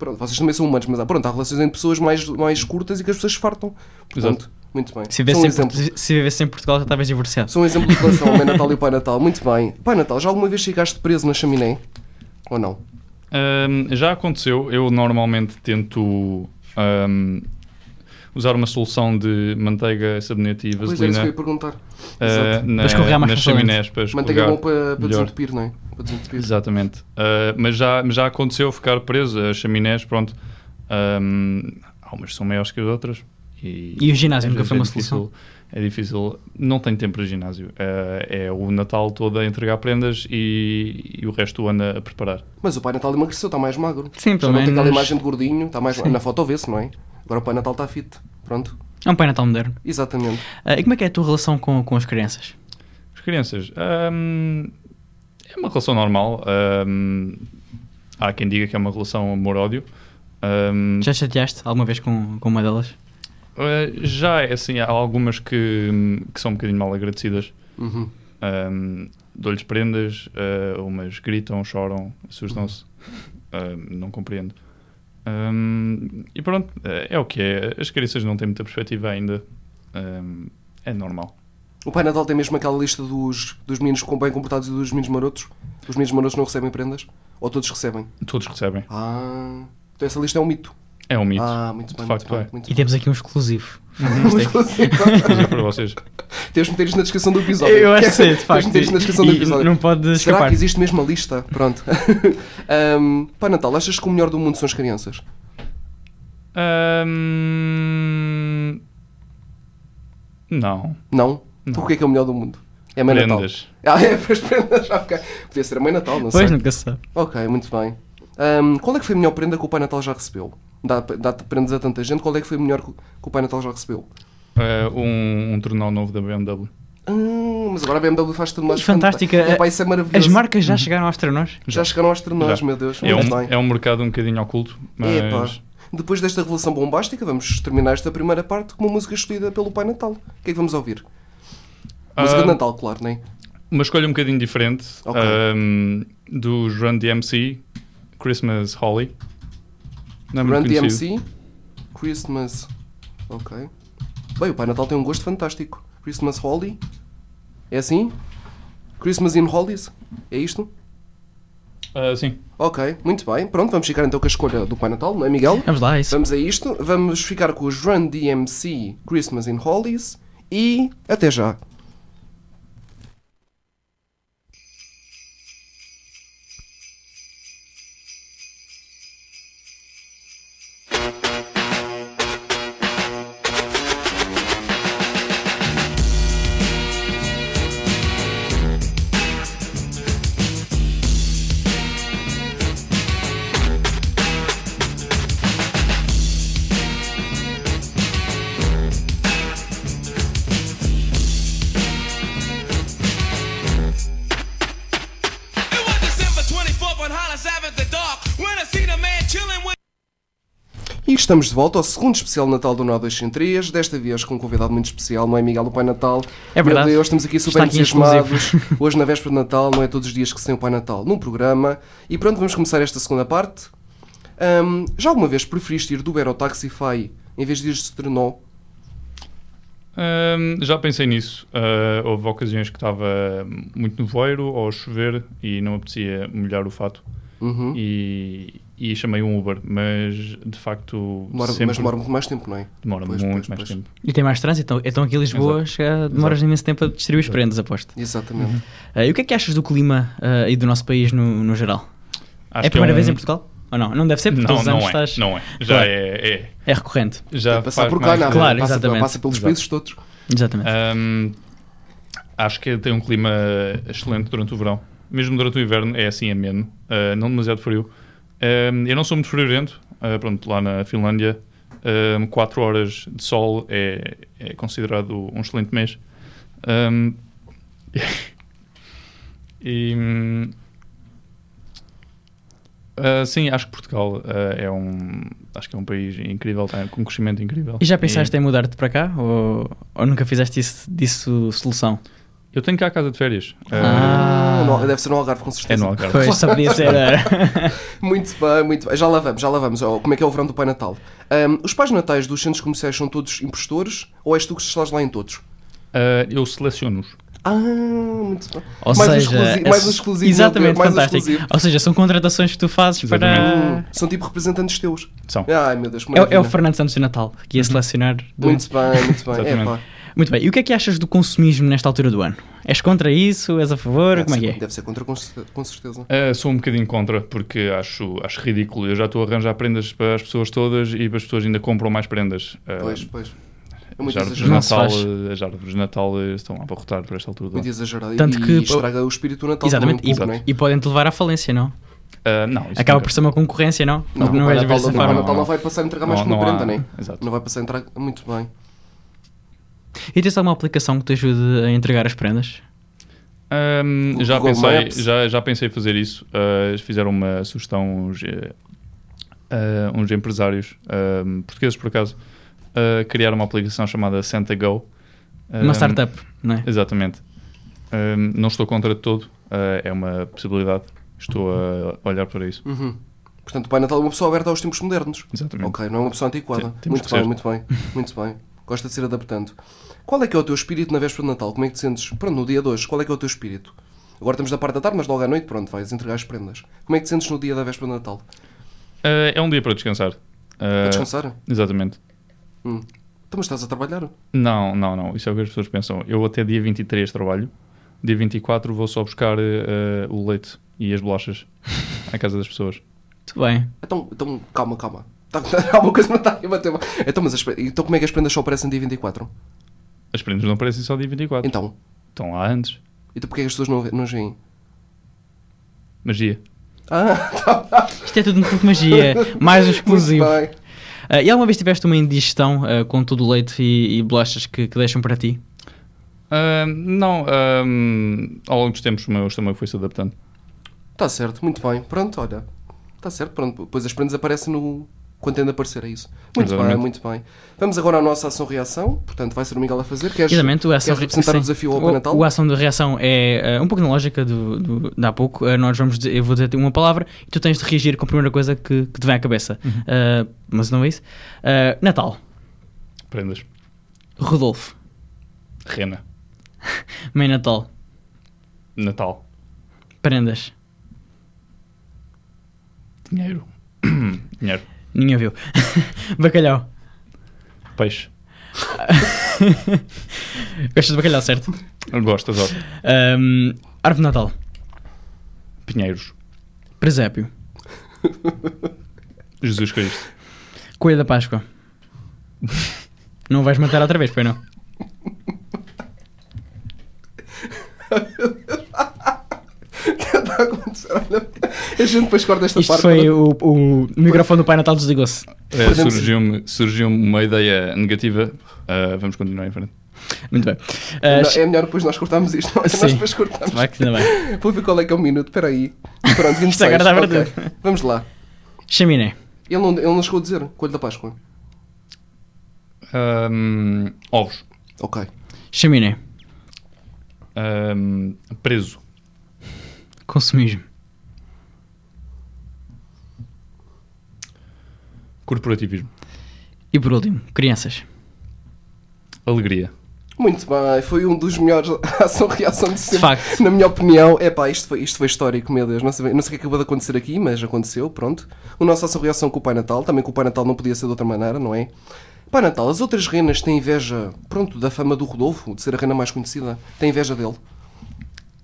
A: Pronto, vocês também são humanos, mas há, pronto, há relações entre pessoas mais, mais curtas e que as pessoas se fartam. Portanto, muito bem.
C: Se vivesse,
A: São
C: em,
A: exemplos.
C: Portu- se vivesse em Portugal já estavas divorciado.
A: São exemplos um de relação ao Pai Natal e o Pai Natal. Muito bem. Pai Natal, já alguma vez chegaste preso na chaminé? Ou não?
B: Um, já aconteceu, eu normalmente tento um, usar uma solução de manteiga, sabonete e
A: Ah, Pois era isso que eu
B: vaselina
A: ia perguntar.
B: uh,
A: Exato.
B: na,
C: Para escorregar mais
B: nas
C: facilmente.
B: chaminés para
A: Manteiga é
B: escorregar.
A: bom para, para
B: melhor.
A: desentupir, não é? Para desentupir.
B: Exatamente. Uh, mas, já, mas já aconteceu ficar preso a chaminés, pronto. Um, há umas que são maiores que as outras. E,
C: E o ginásio nunca
B: às
C: foi uma
B: vezes é
C: solução?
B: difícil- É difícil, não tem tempo para ginásio. Uh, é o Natal todo a entregar prendas e, e o resto do ano a preparar.
A: Mas o Pai Natal emagreceu, está mais magro.
C: Sim,
A: Já
C: pelo
A: não tem aquela
C: menos-
A: imagem de gordinho, está mais na foto vê-se, não é? Agora o Pai Natal está fit. Pronto.
C: É um pai natal moderno.
A: Exatamente.
C: Ah, e como é que é a tua relação com, com as crianças?
B: As crianças, um, é uma relação normal. Um, há quem diga que é uma relação amor-ódio. Um,
C: Já chateaste alguma vez com, com uma delas?
B: Uh, já é assim, há algumas que, que são um bocadinho mal agradecidas.
A: Uhum.
B: Um, Dou-lhes prendas, uh, umas gritam, choram, assustam-se. Um, não compreendo. Um, e pronto, uh, é o que é. As crianças não têm muita perspectiva ainda. Um, é normal.
A: O Pai Natal tem mesmo aquela lista dos, dos meninos com bem comportados e dos meninos marotos? Os meninos marotos não recebem prendas? Ou todos recebem?
B: Todos recebem.
A: Ah. Então essa lista é um mito.
B: É um mito.
A: Ah, muito
B: De
A: bem,
B: facto, é.
A: muito bem. Muito
C: E temos aqui um exclusivo. é
A: bem.
B: Mas é para vocês.
A: Tens de meter isto na descrição do episódio.
C: Eu acho que sim, de
A: Tens de
C: facto.
A: meter isto na descrição do
C: E- e
A: episódio.
C: não pode
A: Será
C: escapar.
A: que existe mesmo a lista? Pronto. um, Pai Natal, achas que o melhor do mundo são as crianças?
B: Um, não.
A: Não? Então o que é que é o melhor do mundo? É Mãe Natal.
B: Prendas.
A: Ah, é, pois prendas, ok. Podia ser a Mãe Natal, não
C: Pois,
A: sei.
C: nunca se sabe.
A: Ok, muito bem. Ahm, qual é que foi a melhor prenda que o Pai Natal já recebeu? Dá, dá prendas a tanta gente, qual é que foi a melhor que que o Pai Natal já recebeu?
B: Eh, um, um jornal novo da BMW.
A: Hum, mas agora a BMW faz tudo mais
C: Fantástica.
A: fanta- Epá, isso é maravilhoso.
C: As marcas já chegaram aos trenós?
A: Já chegaram aos trenós,
B: Já.
A: meu Deus.
B: É
A: muito
B: um,
A: bem.
B: é um mercado um bocadinho oculto,
A: Epá.
B: mas
A: Depois desta revolução bombástica, vamos terminar esta primeira parte com uma música escolhida pelo Pai Natal. O que é que vamos ouvir? Música de
B: Ah,
A: Natal, claro, não é?
B: uma escolha um bocadinho diferente
A: Ok.
B: ehm, dos Run DMC, Christmas Holly. Não é muito
A: Run
B: conhecido.
A: DMC, Christmas. Ok. Bem, o Pai Natal tem um gosto fantástico. Christmas Holly. É assim? Christmas in Hollies? É isto?
B: Ah, sim.
A: Ok, muito bem. Pronto, vamos ficar então com a escolha do Pai Natal, não é, Miguel?
C: Vamos lá, é isso.
A: Vamos a isto. Vamos ficar com os Run DMC, Christmas in Hollies. E até já.
F: It was December 24th on Hollis Avenue, the dark, when I seen a man chilling with.
A: E estamos de volta ao segundo especial de Natal do Nó 203, desta vez com um convidado muito especial, não é Miguel do Pai Natal?
C: É verdade.
A: Meu Deus, estamos aqui super
C: Está aqui
A: entusiasmados. Hoje na véspera de Natal, não é todos os dias que se tem o Pai Natal num programa. E pronto, vamos começar esta segunda parte. Ahm, já alguma vez preferiste ir do Uber ao Taxify em vez de ir de Trenó?
B: Hum, já pensei nisso. Ah, houve ocasiões que estava muito nevoeiro ou a chover e não apetecia molhar o fato.
A: Uhum.
B: E, e chamei um Uber, mas de facto
A: Demora,
B: sempre
A: Mas demora muito mais tempo, não é?
B: demora
A: Pois,
B: muito
A: pois,
B: mais
A: pois.
B: tempo.
C: E tem mais trânsito, então- então aqui em Lisboa
B: Exato.
C: chega, demoras
B: Exato.
C: imenso tempo a distribuir as prendas, aposto.
A: Exatamente.
C: Ah, e o que é que achas do clima ah, e do nosso país no, no geral?
B: Acho
C: é a
B: que
C: primeira
B: um-
C: vez em Portugal? Ou não? Não deve ser, porque
B: Não,
C: todos os anos
B: não é,
C: estás...
B: não é. Já
C: Claro.
B: é. é.
C: É recorrente,
B: Já
A: Passar
B: faz
A: por cá,
B: mais
A: não,
B: tempo.
C: Claro,
A: passa,
C: exatamente.
A: passa pelos
B: Exato.
A: países todos.
C: exatamente.
B: Hum, acho que tem um clima excelente durante o verão. Mesmo durante o inverno é assim ameno, uh, não demasiado frio. Hum, eu não sou muito friorento, uh, pronto, lá na Finlândia 4 horas de sol é, é considerado um excelente mês. Hum, e, hum, ah, sim, acho que Portugal ah, é um acho que é um país incrível, tá, com um crescimento incrível.
C: E já pensaste em mudar-te para cá? Ou, ou nunca fizeste isso, disso solução?
B: Eu tenho cá a casa de férias.
C: Ah.
A: No- deve ser no Algarve, com certeza.
B: É no Algarve.
C: Pois, só podia ser... ah,
A: Muito bem, muito bem. Já lá vamos, já lá vamos. Oh, como é que é o verão do Pai Natal? Ahm, os pais natais dos centros comerciais são todos impostores ou és tu que estás lá em todos?
B: Ah, eu seleciono-os.
A: Ah, muito bem.
C: Ou
A: mais,
C: seja...
A: um exclusivo,
C: é-
A: mais um exclusivo. meu
C: Exatamente,
A: Deus, mais um
C: fantástico.
A: exclusivo.
C: Ou seja, são contratações que tu fazes
B: Exatamente.
C: para...
A: São tipo representantes teus.
B: São.
A: Ai, meu Deus, que
C: É, é o
A: maravilha.
C: Fernando Santos de Natal, que ia selecionar... durante-
A: Muito bem, muito bem.
B: Exatamente.
A: Epá,
C: Muito bem, e o que é que achas do consumismo nesta altura do ano? És contra isso? És a favor?
A: deve,
C: Como é que
A: ser,
C: é?
A: deve ser contra, com cer- com certeza.
B: Ah, sou um bocadinho contra, porque acho, acho ridículo. Eu já estou a arranjar prendas para as pessoas todas e as pessoas ainda compram mais prendas. Ah,
A: Pois, pois. É
B: as
A: muito
B: árvores de
A: exagerado.
C: Não se
B: Natal,
C: faz.
B: ah, as árvores de Natal ah, estão a abarrotar por esta altura. do
A: Muito
B: ano.
A: exagerado.
C: Tanto
A: e
C: que-
A: estraga o espírito do Natal
C: Exatamente,
A: também um
C: e,
A: pouco, não é?
C: e podem te levar à falência, não?
B: Ah, não, isso
C: Acaba
B: nunca.
C: por ser uma concorrência, não?
A: Não, o Pai
C: vais ver
A: Natal, não,
C: dessa
A: o Pai
C: forma.
A: Natal não
B: não.
A: vai passar a entregar mais
B: Não,
A: que uma
B: não há-
A: prenda, não é?
B: Exato.
A: Não vai passar a entregar. Muito bem.
C: E tens alguma aplicação que te ajude a entregar as prendas?
B: Ahm, Um, já,
A: Google
B: pensei,
A: Maps.
B: já, já pensei em fazer isso. Ah, fizeram uma sugestão uns, eh, ah, uns empresários ahm, portugueses, por acaso, ah, criaram uma aplicação chamada Um, SantaGo.
C: Uma
B: Ahm,
C: startup, não é?
B: Exatamente. Ahm, não estou contra de todo. ah, é uma possibilidade. Estou a olhar para isso.
A: Uhum. Portanto, o Pai Natal é uma pessoa aberta aos tempos modernos.
B: Exatamente.
A: Ok, não é uma pessoa antiquada.
B: Sim, temos
A: muito
B: que
A: bem,
B: ser.
A: muito bem, muito bem. Gosta de ser adaptando. Qual é que é o teu espírito na véspera de Natal? Como é que te sentes? Pronto, no dia 2, qual é que é o teu espírito? Agora estamos na parte da tarde, mas logo à noite, pronto, vais entregar as prendas. Como é que te sentes no dia da véspera de Natal?
B: Ah, é um dia para descansar.
A: Para
B: Ah,
A: descansar?
B: Exatamente.
A: Então, mas estás a trabalhar?
B: Não, não, não. Isso é o que as pessoas pensam. Eu até dia 23 trabalho. Dia 24 vou só buscar eh, eh, o leite e as bolachas à casa das pessoas.
C: Muito bem.
A: Então, então calma, calma. Tá, há uma coisa que não está a bater. Então, mas as pre- então como é que as prendas só aparecem dia 24?
B: As prendas não aparecem só dia 24.
A: Então,
B: Estão lá antes.
A: Então porquê é que as pessoas não, não as veem?
B: Magia.
A: Ah,
C: Isto é tudo um pouco de magia, mais exclusivo.
A: muito bem.
C: Ah, e alguma vez tiveste uma indigestão ah, com todo o leite e, e bolachas que, que deixam para ti?
B: Ah, não, ah, ao longo dos tempos o meu estômago foi se adaptando.
A: Está Tá certo, muito bem. Pronto, olha. Está certo, pronto. Pois as prendas aparecem no. Quando tem de aparecer, é isso. Muito bem,
B: Exatamente.
A: muito bem. Vamos agora à nossa ação-reação. Portanto, vai ser o Miguel a fazer. Queres,
C: Exatamente, o
A: queres
C: ação,
A: representar
C: sim.
A: o desafio ao
C: O-
A: Pai Natal?
C: o ação de reação é ah, um pouco na lógica do, do, de há pouco. Ah, nós vamos, dizer- eu vou dizer uma palavra e tu tens de reagir com a primeira coisa que, que te vem à cabeça.
A: Uhum.
C: Ah, mas não é isso. Ah, Natal,
B: Prendas.
C: Rodolfo,
B: Rena.
C: Mãe Natal,
B: Natal.
C: prendas.
B: Dinheiro. Dinheiro.
C: Ninguém viu. bacalhau.
B: Peixe.
C: Gostas de bacalhau, certo?
B: Gosto, adoro.
C: Ahm, árvore de Natal,
B: Pinheiros.
C: presépio,
B: Jesus Cristo.
C: coelho da Páscoa. não vais matar outra vez, pois não?
A: Está a acontecer, olha. A gente depois corta esta
C: Isto
A: parte.
C: foi o, o microfone do Pai Natal desligou-se.
B: Eh,
A: Podemos-
B: Surgiu-me surgiu uma ideia negativa. Ah, vamos continuar em frente.
C: Muito bem. Ah,
A: Não,
C: che-
A: é melhor depois nós cortarmos isto. Nós
C: Sim.
A: depois cortamos.
C: Vai que ainda bem.
A: Vou ver qual é que é o minuto, espera aí. Pronto, 26.
C: Isto agora dá para
A: ok. Vamos lá.
C: Chaminé,
A: Ele não, ele não chegou a dizer, Coelho da Páscoa.
B: Ahm, Ehm, ovos.
A: Ok.
C: chaminé,
B: Ahm, Ehm, preso.
C: consumismo,
B: Corporativismo.
C: e por último, crianças.
B: Alegria.
A: Muito bem, foi um dos melhores ação-reação de
C: De
A: sempre.
C: facto,
A: Na minha opinião, é pá, isto foi, isto foi histórico, meu Deus. Não sei, não sei o que acabou de acontecer aqui, mas aconteceu, pronto. O nosso ação reação com o Pai Natal, também com o Pai Natal não podia ser de outra maneira, não é? Pai Natal, as outras renas têm inveja, pronto, da fama do Rodolfo, de ser a rena mais conhecida, têm inveja dele.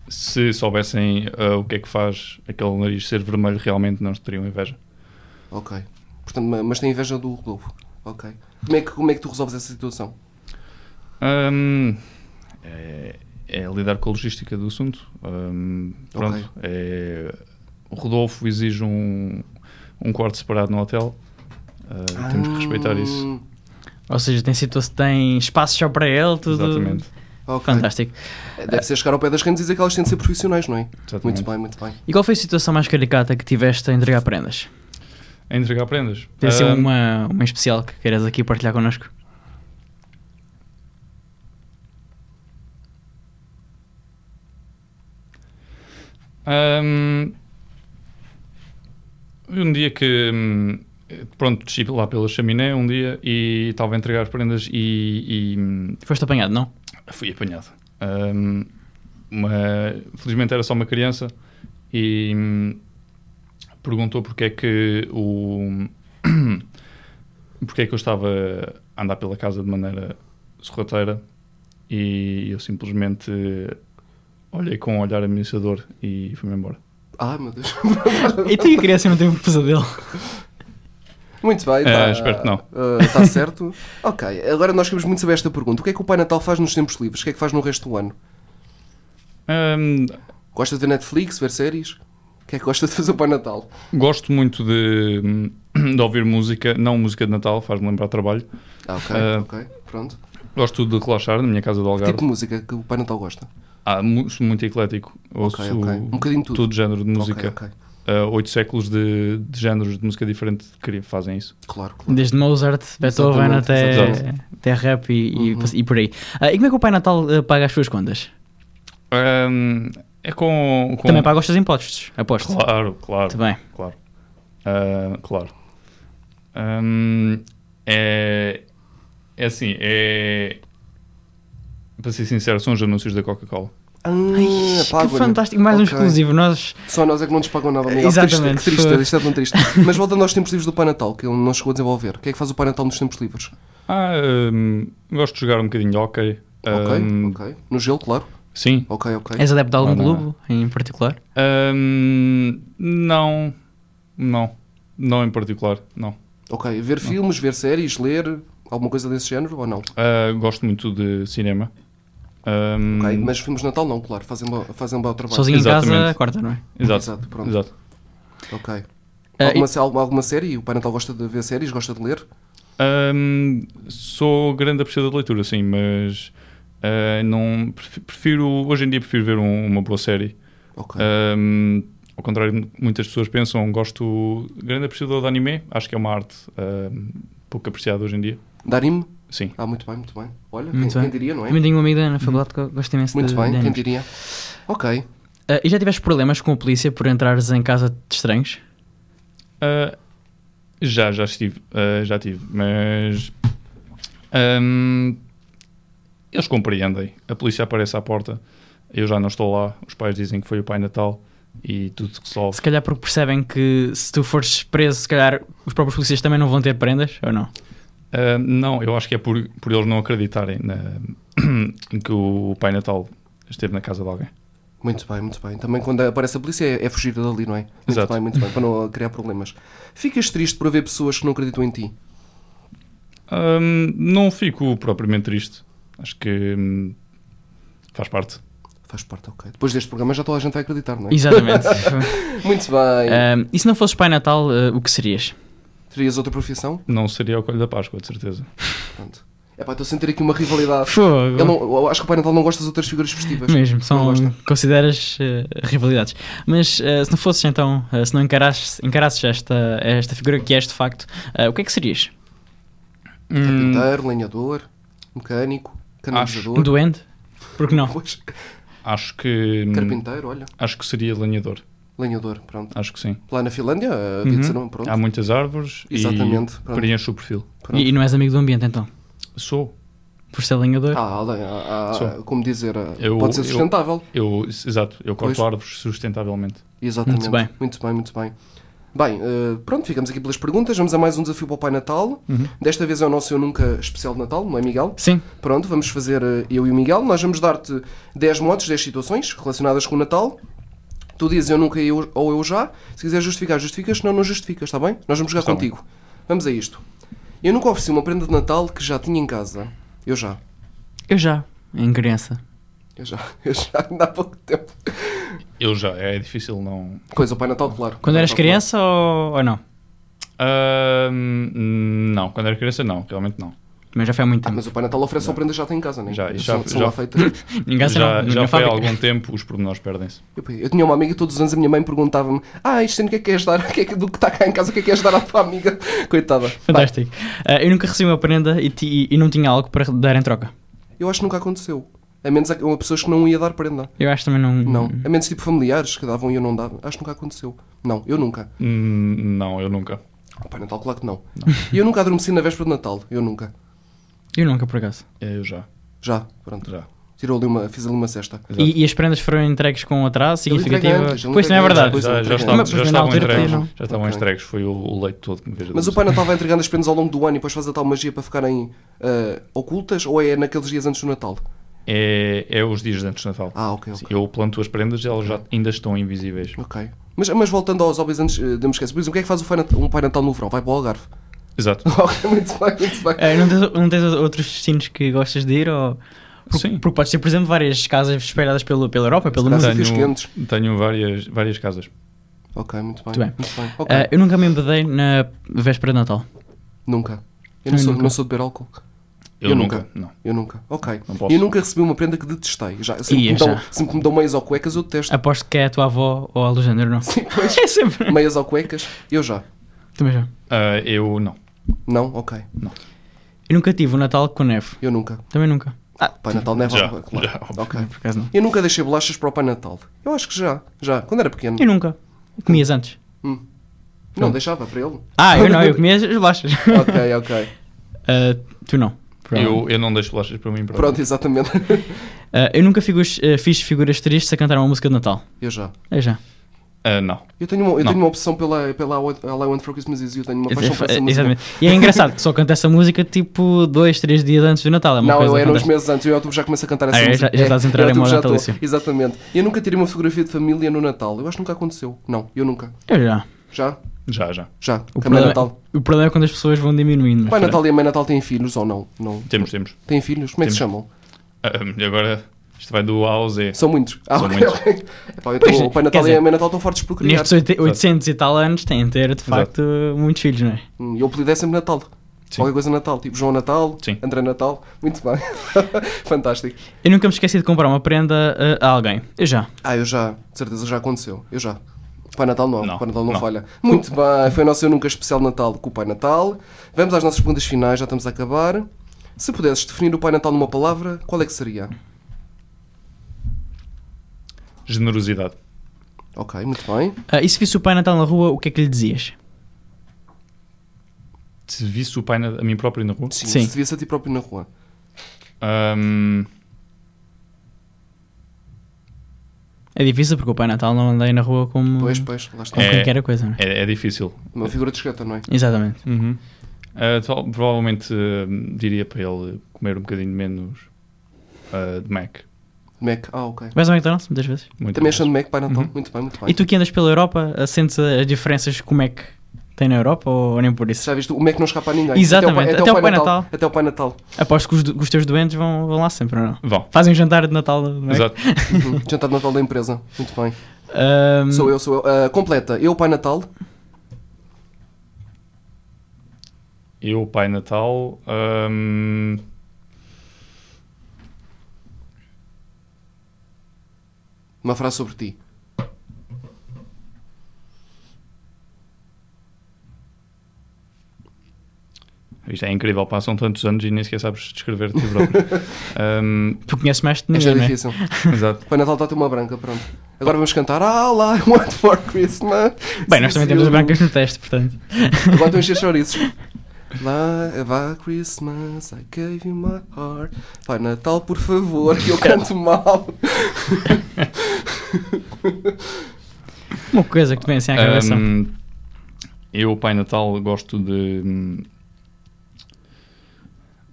B: Se soubessem ah, o que é que faz aquele nariz ser vermelho, realmente não teriam inveja.
A: Ok. Portanto, ma- mas têm inveja do Rodolfo. Ok. Como é que, como é que tu resolves essa situação?
B: Hum, é, é lidar com a logística do assunto. Hum, pronto. É, o Rodolfo exige um, um quarto separado no hotel. Ah, temos que respeitar isso.
A: Hum,
C: ou seja, tem situação, tem espaço só para ele, tudo.
B: Exatamente.
A: ok.
C: Fantástico.
A: Deve ser chegar ao pé das renas e dizer que elas têm de ser profissionais, não é?
B: Exatamente.
A: Muito bem, muito bem.
C: E qual foi a situação mais caricata que tiveste a entregar prendas?
B: A É entregar prendas.
C: Tem assim
B: Ah,
C: uma, uma em especial que queiras aqui partilhar connosco?
B: Hum, um dia que. hum, Pronto, desci lá pela chaminé um dia e estava a entregar prendas e- e hum,
C: Foste apanhado, não?
B: Fui apanhado. Ahm, uma- felizmente era só uma criança e hum, perguntou porque é que o porque é que eu estava a andar pela casa de maneira sorrateira e eu simplesmente olhei com um olhar ameaçador e fui-me embora.
A: Ah, meu Deus.
C: E tu e a criança não teve um pesadelo?
A: Muito bem,
B: É,
A: tá-
B: espero que não.
A: eh, Está certo. ok, agora nós queremos muito saber esta pergunta. O que é que o Pai Natal faz nos tempos livres? O que é que faz no resto do ano?
B: Ahm,
A: Gosta de ver Netflix, ver séries? O que é que gosta de fazer o Pai Natal?
B: gosto muito de, hum, de ouvir música, não música de Natal, faz-me lembrar trabalho.
A: Ah, ok,
B: Ah.
A: ok, pronto.
B: Gosto de relaxar na minha casa de
A: Que
B: Algarve.
A: tipo de música que o Pai Natal gosta?
B: Ah, mu- sou muito eclético. Ouço
A: Ok, ok. Um bocadinho de tudo.
B: todo género de música.
A: Ok, ok.
B: Ah, oito séculos de, de géneros de música diferente que fazem isso.
A: Claro, claro.
C: Desde Mozart, Beethoven
A: Exatamente,
C: até,
B: exatamente.
C: até rap e, e-
A: Uhum.
C: e por aí. Ah, e como é que o Pai Natal ah, paga as suas contas?
B: Ahm, é com. com-
C: Também paga os seus impostos, aposto.
B: Claro, claro.
C: Muito bem.
B: Claro. Ah, claro. Ahm, é, é assim, é. Para ser sincero, são os anúncios da Coca-Cola.
A: Ah,
C: Ai, que
A: apagam-lhe.
C: fantástico, mais um
A: Ok.
C: exclusivo. Nós
A: Só nós é que não nos pagam nada. Miguel.
C: Exatamente,
A: Triste, que triste,
C: foi.
A: isto é tão triste. Mas voltando aos tempos livres do Pai Natal, que ele não chegou a desenvolver. O que é que faz o Pai Natal nos tempos livres?
B: Ah, ahm, gosto de jogar um bocadinho de hockey. Ahm,
A: ok, ok. No gelo, claro.
B: Sim.
A: Ok, ok.
C: és adepto de algum
B: Ah, não.
C: clube em particular?
B: Ahm, não. Não. Não em particular, não.
A: Ok, ver filmes, ver séries, ler, alguma coisa desse género ou não?
B: Ah, gosto muito de cinema. Um,
C: Hum.
A: Ok, mas filmes de Natal não, claro, fazem, bo- fazem bom trabalho.
C: Sozinho em casa,
B: Exatamente.
C: quarta, não é?
B: Exato,
A: Exato, pronto.
B: exato.
A: Ok.
C: Ah,
A: Alguma, sé- alguma, alguma série? O Pai Natal gosta de ver séries, gosta de ler?
B: Ahm, sou grande apreciador de leitura, sim, mas ah, não pref- prefiro hoje em dia prefiro ver um- uma boa série.
A: Ok.
B: Ahm, ao contrário de muitas pessoas pensam, gosto grande apreciador de anime, acho que é uma arte ahm, pouco apreciada hoje em dia.
A: Darim?
B: Sim.
A: Ah, muito bem, muito bem. Olha,
C: Muito
A: quem,
C: bem.
A: quem diria, não é?
C: Também tenho um amigo da- na faculdade que gosta imenso
A: Muito
C: de,
A: bem,
C: de
A: quem
C: animes.
A: diria? Ok.
C: Ah, e já tiveste problemas com a polícia por entrares em casa de estranhos?
B: Ah, já, já estive, ah, já tive, mas ahm, eles compreendem. A polícia aparece à porta, eu já não estou lá, os pais dizem que foi o Pai Natal e tudo se resolve.
C: Se calhar porque percebem que se tu fores preso, se calhar os próprios polícias também não vão ter prendas, ou não?
B: Ah, não, eu acho que é por, por eles não acreditarem na- em que o Pai Natal esteve na casa de alguém.
A: Muito bem, muito bem. Também quando aparece a polícia é, é fugir dali, não é? Muito
B: Exato.
A: bem, muito bem, para não criar problemas. Ficas triste por haver pessoas que não acreditam em ti?
B: Ahm, não fico propriamente triste. Acho que hum, faz parte.
A: Faz parte, ok. Depois deste programa já toda a gente vai acreditar, não é?
C: Exatamente.
A: Muito bem.
C: Ah, e se não fosses Pai Natal, ah, o que serias?
A: Terias outra profissão?
B: Não seria o Coelho da Páscoa, de certeza.
A: Pronto. É pá, estou a sentir aqui uma rivalidade.
C: Fogo.
A: Eu, não- eu acho que o Pai Natal não gosta das outras figuras festivas.
C: Mesmo,
A: Não
C: são,
A: gosta.
C: consideras eh, rivalidades. Mas eh, se não fosses então, eh, se não encarasses, encarasses esta, esta figura que és de facto, eh, o que é que serias?
B: Hum,
A: Carpinteiro, lenhador, mecânico,
C: Um
A: canalizador.
C: duende? Porque não?
A: Pois,
B: acho que hum,
A: Carpinteiro, olha.
B: acho que seria lenhador.
A: Lenhador, pronto.
B: Acho que sim.
A: Lá na Finlândia havia
C: Uhum.
A: de ser um, pronto.
B: Há muitas árvores
A: Exatamente,
B: e
A: pronto.
B: preenche o perfil.
A: pronto.
C: E, e não és amigo do ambiente então?
B: Sou.
C: Por ser lenhador?
A: Ah, além, ah, ah,
B: Só.
A: como dizer, ah,
B: Eu-
A: pode ser
B: eu-
A: sustentável.
B: Eu, exato, eu corto
A: Pois.
B: árvores sustentavelmente.
A: Exatamente.
C: Muito bem.
A: Muito bem, muito bem. Bem, eh, pronto, ficamos aqui pelas perguntas. Vamos a mais um desafio para o Pai Natal.
C: Uhum.
A: Desta vez é o nosso Eu Nunca especial de Natal, não é, Miguel?
C: Sim.
A: Pronto, vamos fazer eh, eu e o Miguel. Nós vamos dar-te 10 modos, 10 situações relacionadas com o Natal. Tu dizes eu nunca eu- ou eu já. Se quiser justificar, justificas. Se não, não justificas, está bem? Nós vamos jogar
B: Está bem.
A: contigo. Vamos a isto. Eu nunca ofereci uma prenda de Natal que já tinha em casa. Eu já.
C: Eu já, em criança.
A: Eu já. Eu já, ainda há pouco tempo.
B: Eu já, é difícil não.
A: Coisa, o Pai Natal, claro.
C: Quando
A: Pai
C: eras
A: Natal,
C: criança ou, ou não?
B: Ahm, não, quando era criança, não, realmente não.
C: Mas já foi há muito
A: Ah,
C: tempo.
A: mas o Pai Natal oferece só prendas já tem em casa, né?
B: Já, isso
A: São-
B: já-
A: são
B: já-
A: lá feitas.
C: Ninguém sabe,
B: já
C: não,
B: já
C: ninguém
B: foi há
C: fala.
B: algum tempo, os pormenores perdem-se.
A: Eu, eu tinha uma amiga e todos os anos a minha mãe perguntava-me: Ah, isto ano, o que é que queres dar? O que é que, do que está cá em casa, o que é que queres dar à tua amiga? Coitada.
C: Fantástico. Eh, eu nunca recebi uma prenda e, ti- e não tinha algo para dar em troca.
A: Eu acho que nunca aconteceu. A menos a, a pessoas que não ia dar prenda.
C: Eu acho que também não.
A: Não. A menos tipo familiares que davam e eu não dava. Acho que nunca aconteceu. Não, eu nunca.
B: Hum, não, eu nunca.
A: O Pai Natal, claro que não. E eu nunca adormeci na véspera de Natal. Eu nunca.
C: Eu nunca, por acaso.
B: Eu já,
A: Já, pronto.
B: já.
A: Tirou ali uma, fiz ali uma cesta.
B: Exato.
C: E, e as prendas foram entregues com atraso
A: Ele
C: significativo?
A: entrega antes, ele
C: Pois, não é
A: entrega
C: verdade.
A: antes,
B: Já,
A: Pois
B: já,
A: é,
B: estavam,
A: mas
B: já
C: na
B: estavam
C: altura
B: entregues.
C: pediram.
B: Já estavam
A: Ok.
B: entregues. Foi o, o leite todo que me veio.
A: Mas o Pai Natal vai entregando as prendas ao longo do ano e depois faz a tal magia para ficarem ah, ocultas ou é naqueles dias antes do Natal?
B: é, é os dias antes do Natal.
A: Ah, ok, ok.
B: Sim, Eu planto as prendas e elas já ainda estão invisíveis.
A: Ok. Mas, mas voltando aos hobbies antes eh, de me esquecer, por exemplo, o que é que faz o Pai Natal- um Pai Natal no verão? Vai para o Algarve.
B: Exato.
A: Ok, muito bem, muito bem.
C: Eh, não, tens, não tens outros destinos que gostas de ir? Ou... Porque,
B: Sim.
C: porque podes ter, por exemplo, várias casas espalhadas pelo, pela Europa, pelo
A: calhar
C: mundo.
A: sim. sítios
B: Tenho,
A: quentes.
B: tenho várias, várias casas.
A: Ok, É. muito bem. É.
C: Muito bem.
A: Muito bem. Ok.
C: Eh, eu nunca me embedei na véspera de Natal.
A: nunca. Eu não
C: eu
A: sou,
C: nunca.
A: não sou de beber álcool.
B: Eu,
A: Eu
B: nunca.
A: nunca.
B: Não.
A: Eu nunca. Ok.
B: Não posso.
A: Eu nunca recebi uma prenda que detestei. Já, sempre,
C: Ih,
A: que me dão,
C: já.
A: sempre que me dão meias ou cuecas, eu detesto.
C: Aposto que é a tua avó ou a género, não?
A: Sim, pois.
C: É sempre.
A: meias ou cuecas, eu já.
C: Também já.
B: Ah, eu não.
A: Não? Ok.
C: Eu nunca tive um Natal com neve.
A: Eu nunca.
C: Também nunca.
A: Pai Natal neva.
B: Já,
A: claro.
B: já, óbvio.
A: ok.
C: Por acaso não.
A: Eu nunca deixei bolachas para o Pai Natal. Eu acho que já. Já. Quando era pequeno.
C: Eu nunca. Comias antes.
A: Não, deixava para ele.
C: Ah, eu não, eu comia as bolachas.
A: ok, ok.
C: Eh, tu não. provavelmente.
B: Eu, eu não deixo bolachas para mim próprio.
A: Pronto, exatamente.
C: Eh, eu nunca figus- eh, fiz figuras tristes a cantar uma música de Natal.
A: eu já.
C: É já.
B: Ah, não.
A: Eu tenho uma, eu
B: Não.
A: tenho uma opção pela, pela All I Want for Christmas Is You, tenho uma paixão por essa música.
C: Exatamente. E é engraçado que só canta essa música tipo dois, três dias antes do Natal. É uma
A: Não,
C: coisa
A: eu era uns
C: fantástica.
A: meses antes, eu em outubro já começo a cantar essa
C: Ah, é? Já-
A: música.
C: já estás a entrar
A: eu
C: em modo
A: outubro já estou,
C: natalício.
A: Exatamente. Eu nunca tirei uma fotografia de família no Natal. Eu acho que nunca aconteceu. Não, eu nunca.
C: Eu É já.
A: Já?
B: Já, já.
A: Já.
C: O
A: Também
C: problema,
A: Natal.
C: o problema é quando as pessoas vão diminuindo.
A: O Pai Natal e a Mãe Natal têm filhos ou não? Não.
B: Temos, temos.
A: Têm filhos? Como é que
B: Temos.
A: se chamam?
B: Ah, Ahm, e agora isto vai do A ao Z.
A: São muitos. Ah,
B: São
A: ok,
B: muitos.
A: ok. Epá, eu
C: Pois,
A: tô- o Pai
C: quer
A: Natal e
C: dizer,
A: a Mãe Natal estão fortes por criar.
C: Nestes oito- 800 e tal anos têm de ter, de facto, muitos filhos, não é?
A: Hum, Eu apelidei sempre Natal.
B: Sim.
A: Qualquer coisa Natal, tipo João Natal,
B: Sim.
A: André Natal, muito bem. Fantástico.
C: Eu nunca me esqueci de comprar uma prenda eh, a alguém. Eu já.
A: Ah, eu já, de certeza já aconteceu, eu já. Pai Natal não,
B: Não,
A: Pai Natal não,
B: não.
A: falha. Muito bem, foi o nosso Eu Nunca Especial de Natal com o Pai Natal. Vamos às nossas perguntas finais, já estamos a acabar. Se pudesses definir o Pai Natal numa palavra, qual é que seria?
B: Generosidade.
A: Ok, muito bem.
C: Ah, e se visse o Pai Natal na rua, o que é que lhe dizias?
B: Se visse o pai na- a mim próprio na rua,
A: Sim,
C: Sim.
A: se devias tipo a ti próprio na rua.
B: ahm,
C: É difícil porque o Pai Natal não andei na rua como,
A: Pois, pois, lá está.
C: como
B: É.
C: qualquer coisa, não é?
B: é, é difícil.
A: Uma figura discreta, não é?
C: Exatamente.
B: Ah, tal- provavelmente ahm, diria para ele comer um bocadinho menos ah, de Mac.
A: Mac, ah, ok.
C: Vais ao McDonald's muitas vezes.
B: Muito
A: Também
B: mais.
A: achando Mac Pai Natal, muito bem, muito bem.
C: E tu que andas pela Europa, ah, sentes as diferenças como é que tem na Europa ou nem por isso?
A: Já viste, o Mac não escapa a ninguém.
C: Exatamente,
A: Até o Pai, até o Pai Natal, Até o Pai Natal.
C: Aposto que os, do- que os teus doentes vão, vão lá sempre, ou não?
B: Vão.
C: Fazem um jantar de Natal, não é?
B: Exato.
A: Uhum. Jantar de Natal da empresa. Muito bem.
C: Ahm,
A: Sou eu, sou eu. Ah, completa. Eu, Pai Natal.
B: Eu, Pai Natal. ah, ahm,
A: Uma frase sobre ti.
B: isto é incrível, passam tantos anos e nem sequer sabes descrever te próprio. Ahm,
C: Tu conheces mais de
A: Esta é
C: ninguém, não é?
A: difícil.
B: exato.
A: Pai Natal está a ter uma branca, pronto. Agora vamos cantar Ah lá, I want for Christmas.
C: Bem, nós também temos as brancas no teste, portanto.
A: Agora estão a encher chouriços. Lá vai Christmas, I gave you my heart. Pai Natal, por favor, que eu canto mal.
C: Uma coisa que te vem assim à cabeça.
B: Ahm, eu, Pai Natal, gosto de. hum,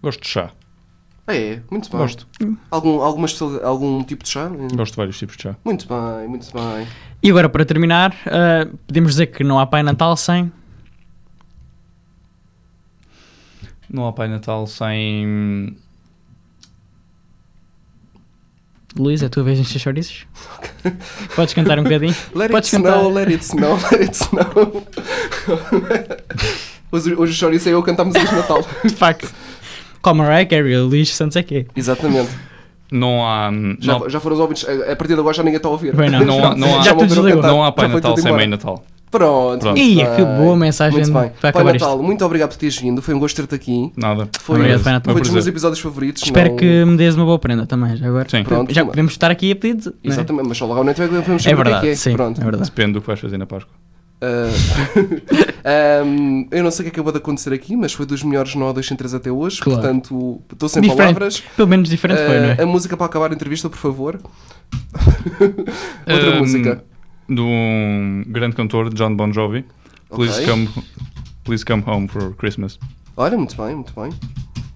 B: gosto de chá.
A: É, muito bem.
B: Gosto.
A: Algum, alguma especial- algum tipo de chá?
B: Gosto de vários tipos de chá.
A: Muito bem, muito bem.
C: E agora, para terminar, ah, podemos dizer que não há Pai Natal sem.
B: Não há Pai Natal sem.
C: Luís, é a tua vez de encher chouriços? Podes cantar um bocadinho?
A: Let
C: Podes
A: it
C: cantar.
A: snow, let it snow, let it snow. hoje, hoje o Chouriço e eu cantamos hoje Natal.
C: De facto. Com a Mariah Carey, o Luís Santos é quê?
A: Exatamente.
B: Não há. hum,
A: Já,
B: não,
A: já foram os ouvintes. A, a partir de agora já ninguém está a ouvir.
C: Bem, não.
B: não há, não há,
C: Já tudo
A: ouviram
C: desligou.
A: um cantar.
B: não há Pai
A: Já foi
B: Natal
A: tudo
B: sem
A: embora.
B: Mãe Natal.
A: Pronto.
B: Pronto.
A: muito
C: Ih, que
A: bem.
C: boa mensagem
A: Muito bem.
C: para
A: Pai
C: acabar
A: Natal,
C: isto.
A: muito obrigado por teres vindo. Foi um gosto ter-te aqui.
B: Nada.
A: Foi,
C: Obrigado, é Pai
A: foi
C: Natal.
A: um dos
B: Prazer.
A: meus episódios favoritos.
C: Espero
A: não- é?
C: que né? me dês uma boa prenda também, já agora.
B: Sim.
A: Pronto.
C: já podemos estar aqui a pedido. não é?
A: Exatamente, mas só logo à noite é que vamos
C: É
A: saber o que é que
C: verdade,
A: é.
C: sim,
A: Pronto.
C: é verdade.
B: Depende do que vais fazer na Páscoa.
A: Ah, um, eu não sei o que acabou de acontecer aqui, mas foi dos melhores nó 203 até hoje.
C: Claro.
A: Portanto, estou sem
C: Diferente.
A: palavras.
C: Pelo menos diferente foi, não
A: Ah,
C: é?
A: A música para acabar a entrevista, por favor. Outra
B: Ahm,
A: música.
B: De um grande cantor, John Bon Jovi. Please,
A: Ok.
B: come, please come home for Christmas.
A: Olha, muito bem, muito bem.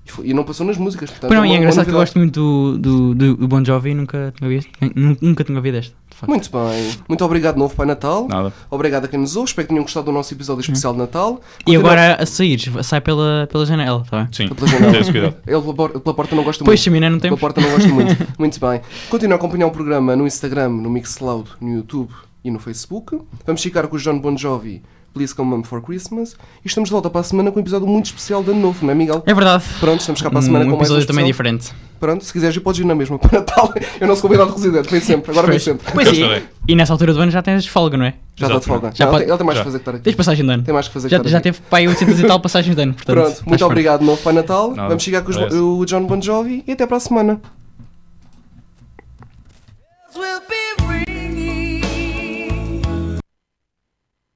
A: E foi- E não passou nas músicas, portanto.
C: Pô, não,
A: uma-
C: e é
A: uma
C: engraçado que eu
A: novidade.
C: gosto muito do, do, do, do Bon Jovi e nunca tinha ouvido, nunca, nunca tinha ouvido este. de facto.
A: Muito bem. Muito obrigado de novo, Pai Natal.
B: Nada.
A: Obrigado a quem nos ouve. Espero que tenham gostado do nosso episódio especial de Natal.
C: Hum. E
A: Continua-
C: agora a sair, sai pela, pela janela, tá bem?
B: Sim.
A: Pela janela.
B: Tens cuidado.
A: Ele pela, por- pela porta não gosto
C: Pois,
A: muito.
C: chaminé não tem.
A: Pela porta não gosto muito. Muito bem. Continua a acompanhar o programa no Instagram, no Mixcloud, no YouTube e no Facebook. Vamos ficar com o John Bon Jovi. Please come home for Christmas. E estamos de volta para a semana com um episódio muito especial de ano novo, não é, Miguel?
C: É verdade.
A: Pronto, estamos cá para a semana
C: Um
A: com mais um
C: episódio também
A: especial.
C: diferente.
A: Pronto, se quiseres ir, podes ir na mesma para Natal. Eu não sou convidado residente, vem sempre, agora vem
C: Pois,
A: sempre.
C: pois
B: Eu
C: é.
B: estarei.
C: E nessa altura do ano já tens folga, não é?
A: Já está de folga.
C: Já
A: Não,
C: pode-
A: ele tem mais que
B: já.
A: fazer que estar aqui.
C: Tens passagem de ano.
A: Tem mais que fazer que
C: Já,
A: estar
C: já
A: aqui.
C: teve pai 800 e tal passagens de ano, portanto.
A: Pronto,
C: estás
A: muito obrigado de novo para Natal.
B: Nada.
A: Vamos chegar com os-
B: Parece.
A: o John Bon Jovi e até para a semana.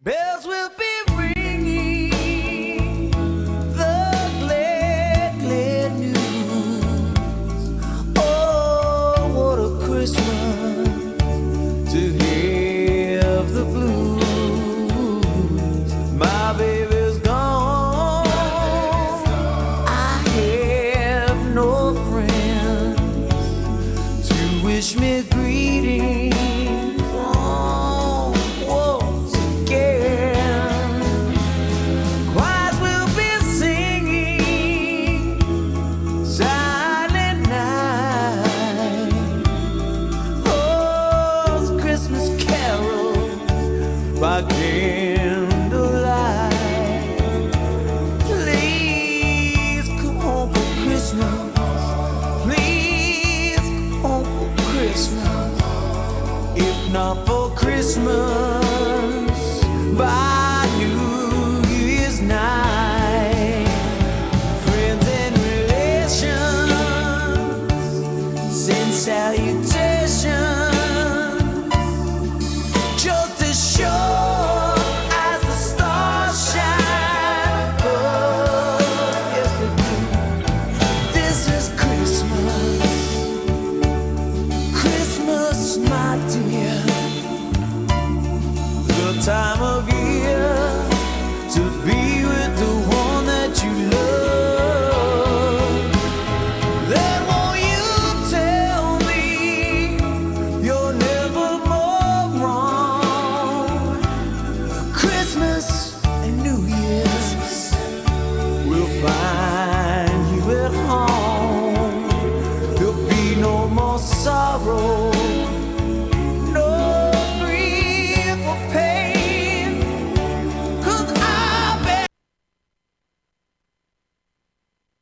G: Bells will be ringing. Bells will be ringing. The glad, glad news. Oh, what a Christmas to hear the blues. My baby's gone. I have no friends to wish me greetings once again. Choirs will be singing silent night.
H: be